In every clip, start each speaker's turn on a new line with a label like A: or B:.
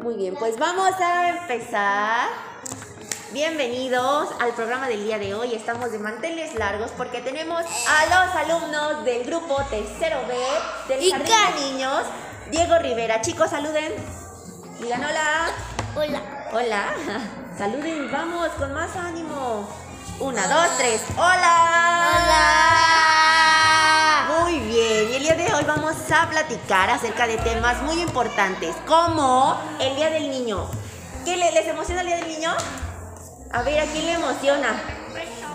A: Muy bien, pues vamos a empezar. Bienvenidos al programa del día de hoy. Estamos de manteles largos porque tenemos a los alumnos del grupo tercero B del
B: ¿Y
A: Jardín
B: qué?
A: de Niños, Diego Rivera. Chicos, saluden. Digan hola.
B: Hola.
A: Hola. Saluden, vamos con más ánimo. Una, dos, tres. Hola. Hola. Muy bien. Y el día de hoy vamos a platicar acerca de temas muy importantes, como el Día del Niño. ¿Qué le- les emociona el Día del Niño? A ver, ¿a quién le emociona?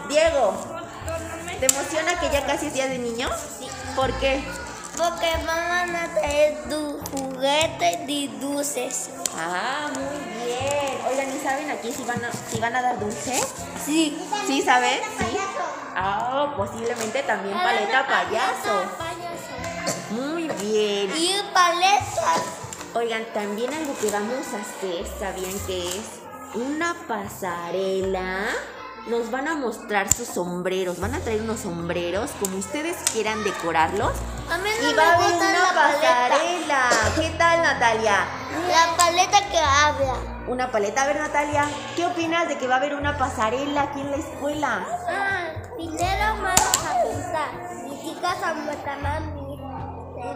A: Diego, ¿te emociona que ya casi es Día del Niño? Sí. ¿Por qué?
B: Porque van a traer tu juguete y dulces.
A: Ah, muy bien. Oigan, ¿y saben aquí si van a, si van a dar dulce?
B: Sí.
A: ¿Sí saben? Sí. Ah, posiblemente también paleta payaso. Muy bien.
B: Y paletas.
A: Oigan, también algo que vamos a hacer, ¿sabían que es? Una pasarela. Nos van a mostrar sus sombreros. Van a traer unos sombreros como ustedes quieran decorarlos.
B: A mí no
A: Y va a
B: me
A: haber
B: gusta
A: una
B: la paleta.
A: pasarela. ¿Qué tal, Natalia?
B: La paleta que habla.
A: Una paleta. A ver, Natalia, ¿qué opinas de que va a haber una pasarela aquí en la escuela?
B: Ah, primero vamos a pintar. Y chicas a matamami.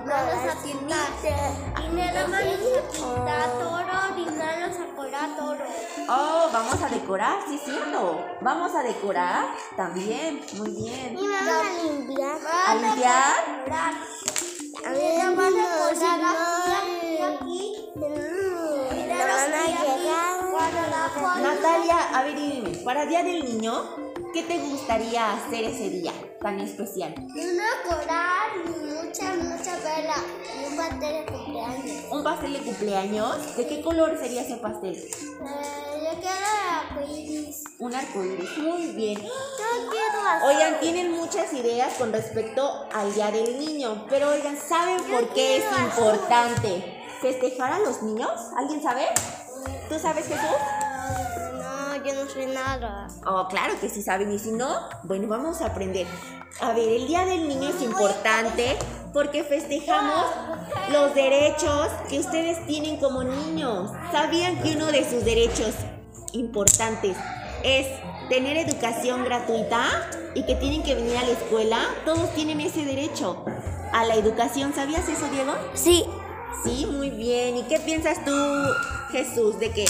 B: Vamos a pintar. Dinero
A: Ah,
B: vamos a pintar toro, dinero a colar toro.
A: Oh, vamos a decorar, sí, es cierto. Vamos a decorar también. Muy bien.
B: Y vamos a limpiar.
A: ¿A limpiar?
B: A mí no me aquí. No Mm, van a llegar.
A: Natalia, a ver, dime, para Día del Niño, ¿qué te gustaría hacer ese día tan especial?
B: Una coral y mucha, mucha vela. Y un pastel de cumpleaños.
A: ¿Un pastel de cumpleaños? ¿De qué color sería ese pastel?
B: Eh, yo quiero arcoíris.
A: Un arcoíris. Muy bien.
B: Yo quiero azul.
A: Oigan, tienen muchas ideas con respecto al Día del Niño, pero oigan, ¿saben por qué es
B: quiero azul.
A: importante festejar a los niños? ¿Alguien sabe? ¿Tú sabes, Jesús?
B: No, yo no soy nada.
A: Oh, claro que sí saben, y si no, bueno, vamos a aprender. A ver, el Día del Niño es importante porque festejamos los derechos que ustedes tienen como niños. ¿Sabían que uno de sus derechos importantes es tener educación gratuita y que tienen que venir a la escuela? Todos tienen ese derecho a la educación. ¿Sabías eso, Diego?
B: Sí.
A: Sí, muy bien. ¿Y qué piensas tú, Jesús, de que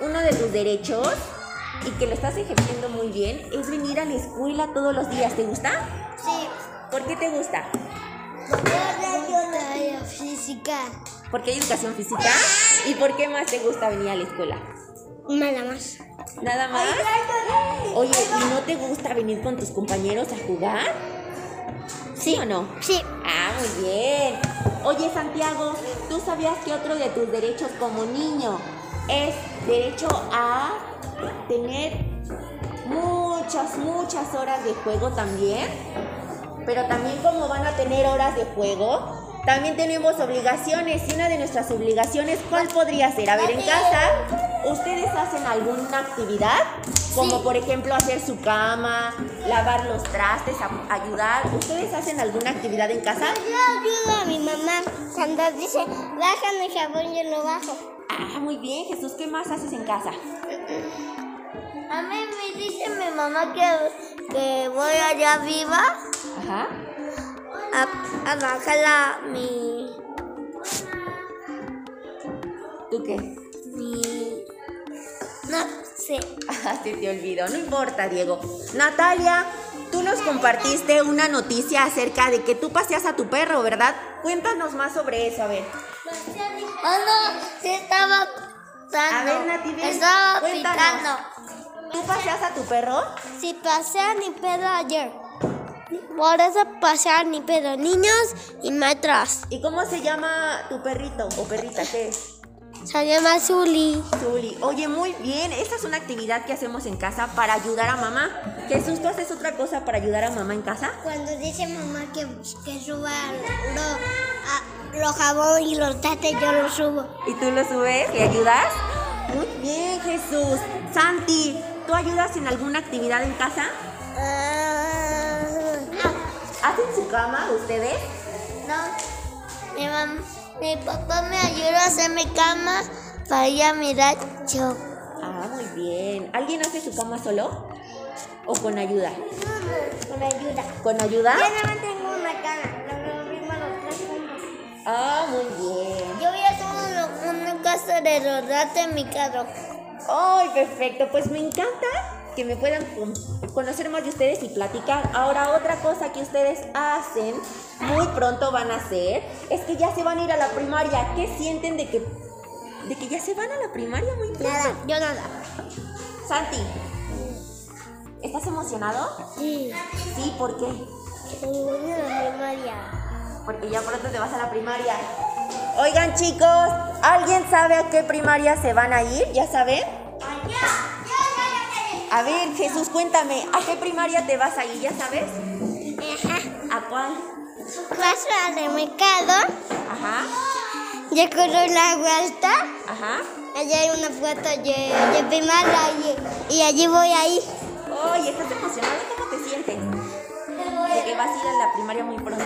A: uno de tus derechos y que lo estás ejerciendo muy bien es venir a la escuela todos los días? ¿Te gusta?
B: Sí.
A: ¿Por qué te gusta?
B: Yo no física.
A: Porque hay educación física. ¿Y por qué más te gusta venir a la escuela?
B: Nada más.
A: Nada más. Oye, ¿y no te gusta venir con tus compañeros a jugar? ¿Sí o no?
B: Sí.
A: Ah, muy bien. Oye, Santiago, ¿tú sabías que otro de tus derechos como niño es derecho a tener muchas, muchas horas de juego también? Pero también como van a tener horas de juego, también tenemos obligaciones. Y una de nuestras obligaciones, ¿cuál podría ser? A ver, en casa, ¿ustedes hacen alguna actividad? Como por ejemplo hacer su cama, lavar los trastes, a- ayudar. ¿Ustedes hacen alguna actividad en casa?
B: Yo ayudo a mi mamá cuando dice, bájame el jabón, yo lo bajo.
A: Ah, muy bien, Jesús, ¿qué más haces en casa?
B: A mí me dice mi mamá que, que voy allá viva
A: Ajá.
B: a, a bajar la- mi,
A: ¿Tú qué?
B: mi... No sé.
A: Ah, se te olvidó, no importa, Diego. Natalia, tú nos compartiste una noticia acerca de que tú paseas a tu perro, ¿verdad? Cuéntanos más sobre eso, a ver.
B: Oh, no, sí estaba
A: A
B: pitando.
A: ver, Nati, ven,
B: estaba
A: cuéntanos.
B: pitando.
A: ¿Tú paseas a tu perro?
B: Si pasé a mi pedo ayer. Por eso pasé a mi pedo niños y maestros.
A: ¿Y cómo se llama tu perrito o perrita? ¿Qué es?
B: Se llama Zuli.
A: Zuli. Oye, muy bien. Esta es una actividad que hacemos en casa para ayudar a mamá. Jesús, ¿tú haces otra cosa para ayudar a mamá en casa?
B: Cuando dice mamá que, que suba lo, a- lo jabón y los tates, yo lo subo.
A: ¿Y tú lo subes? ¿Le ayudas? Muy bien, Jesús. Santi, ¿tú ayudas en alguna actividad en casa?
B: Ah,
A: ¿Hacen su cama ustedes?
B: no. Mi, mam- mi papá me ayuda a hacer mi cama, Para ella me da shock.
A: Ah, muy bien. ¿Alguien hace su cama solo? ¿O con ayuda?
B: Con ayuda.
A: ¿Con ayuda?
B: Yo nada más tengo una cana, la abrimos los tres juntos.
A: Ah, muy bien.
B: Yo voy a hacer una, una casa de rodate en mi carro.
A: ¡Ay, perfecto! Pues me encanta que me puedan con- conocer más de ustedes y platicar. Ahora, otra cosa que ustedes hacen, muy pronto van a hacer, es que ya se van a ir a la primaria. ¿Qué sienten de que, de que ya se van a la primaria muy pronto?
B: yo nada.
A: Santi, ¿estás emocionado?
B: Sí.
A: Sí, ¿por qué?
B: Una primaria.
A: Porque ya pronto te vas a la primaria. Oigan, chicos, ¿alguien sabe a qué primaria se van a ir? ¿Ya saben? A ver, Jesús, cuéntame, ¿a qué primaria te vas a ir? ¿Ya sabes?
B: Ajá.
A: ¿A cuál?
B: Casa de mercado.
A: Ajá,
B: Ya corro la vuelta.
A: ajá.
B: Allá hay una puerta de, de primaria y, y allí voy ahí.
A: Oye, ¿estás emocionado? ¿Cómo te sientes? De que vas a ir a la primaria muy pronto.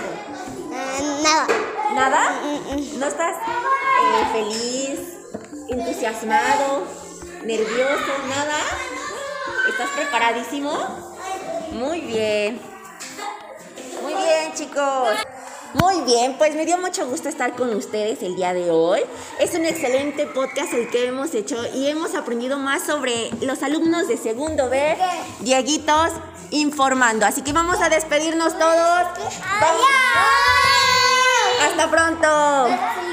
B: Ah, nada.
A: ¿Nada?
B: Mm, mm.
A: ¿No estás eh, feliz, entusiasmado, nervioso, nada? ¿Estás preparadísimo? Muy bien. Muy bien, chicos. Muy bien, pues me dio mucho gusto estar con ustedes el día de hoy. Es un excelente podcast el que hemos hecho y hemos aprendido más sobre los alumnos de segundo B, Dieguitos informando. Así que vamos a despedirnos todos. Hasta pronto.
B: Adiós.